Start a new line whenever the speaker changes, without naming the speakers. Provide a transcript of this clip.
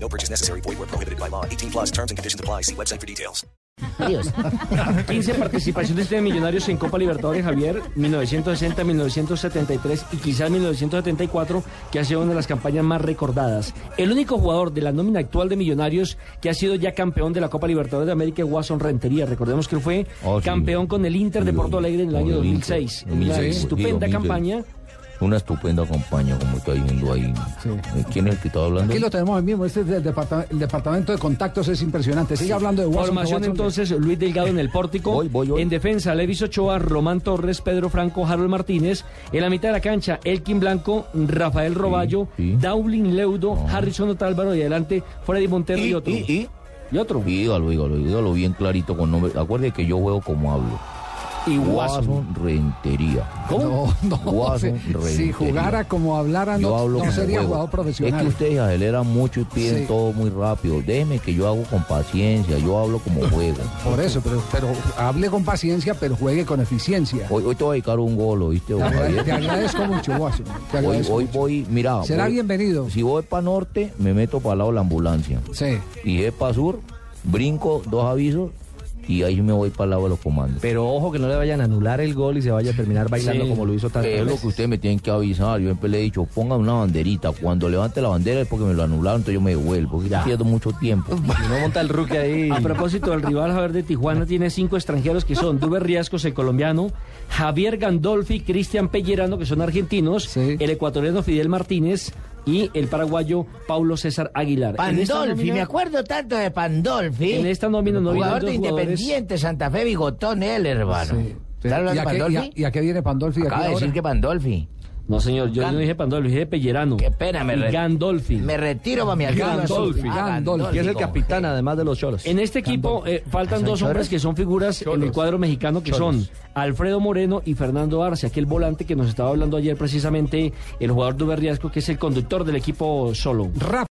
No purchase necessary. Void where prohibited by law. 18 plus terms and conditions apply. See website for details.
Adiós.
15 participaciones de Millonarios en Copa Libertadores, Javier, 1960, 1973 y quizás 1974, que ha sido una de las campañas más recordadas. El único jugador de la nómina actual de Millonarios que ha sido ya campeón de la Copa Libertadores de América es Watson Rentería. Recordemos que él fue
Oh, sí.
campeón con el Inter de Porto Alegre en el año 2006. Una
2006,
estupenda
sí, 2006.
campaña.
Una estupenda compañía, como está diciendo ahí. Eh, ¿Quién es el que está hablando?
Aquí lo tenemos ahí mismo, este es del departa- el departamento de contactos es impresionante. Sigue hablando de Watson. que
Formación
Watson-
entonces, Luis Delgado en el pórtico.
Voy, voy, voy.
En defensa, Levis Ochoa, Román Torres, Pedro Franco, Harold Martínez. En la mitad de la cancha, Elkin Blanco, Rafael Roballo,
sí.
Daulin Leudo, Harrison Otálvaro y adelante Freddy Montero y,
Y,
otro.
y, y.
Y otro.
Dígalo, dígalo, dígalo bien clarito con nombre. Acuérdese que yo juego como hablo.
Y Guaso.
Guasón Rentería.
No, no.
Watson
si
Rentería.
jugara como hablara,
Yo
no,
hablo
no
como
sería
juego.
jugador profesional.
Es que ustedes aceleran mucho y piden
Sí.
todo muy rápido. Déjeme que yo hago con paciencia, yo hablo como juego.
Por eso, pero, pero hable con paciencia, pero jugue con eficiencia.
Hoy, hoy te voy a dedicar un gol, ¿oíste, don
Te agra- te
Javier?
agradezco mucho, Watson. Te
Hoy,
agradezco
hoy
mucho.
voy, mira.
Será
voy-
bienvenido.
Si voy para norte, me meto para el lado de la ambulancia.
Sí.
Y es para sur, brinco dos avisos y ahí me voy para el lado de los comandos.
Pero ojo que no le vayan a anular el gol y se vaya a terminar bailando
Sí.
como lo hizo tantas
es lo
veces.
que ustedes me tienen que avisar. Yo siempre le he dicho, pongan una banderita. Cuando levante la bandera es porque me lo anularon, entonces yo me devuelvo. Yo pierdo mucho tiempo.
Si no monta el rookie ahí.
A propósito, el rival Javier de Tijuana tiene cinco extranjeros que son Duber Riascos, el colombiano, Javier Gandolfi, Cristian Pellerano, que son argentinos,
Sí.
el ecuatoriano Fidel Martínez y el paraguayo Paulo César Aguilar. En esta
Pandolfi,
nómina-
me acuerdo tanto de Pandolfi.
En esta nómina no vienen
Jugador de
dos jugadores.
Independiente, Santa Fe, Bigotón, él,
Ah,
hermano.
sí.
¿Está hablando
¿Y,
de
a qué, y a-
Pandolfi?
y a qué viene Pandolfi? ¿A qué
Acaba de
hora?
decir que Pandolfi.
No, señor, yo no dije Pandolfi, dije Pellerano.
Qué pena, me
Y
re-
Gandolfi.
Me retiro para mi alcalde.
Gandolfi.
Ah,
Gandolfi.
que es el
como-
capitán, además de los cholos.
En este equipo eh, faltan dos hombres que son figuras en el cuadro mexicano que son Alfredo Moreno y Fernando Arce, aquel volante que nos estaba hablando ayer precisamente el jugador Duberriasco, que es el conductor del equipo solo.
Rafa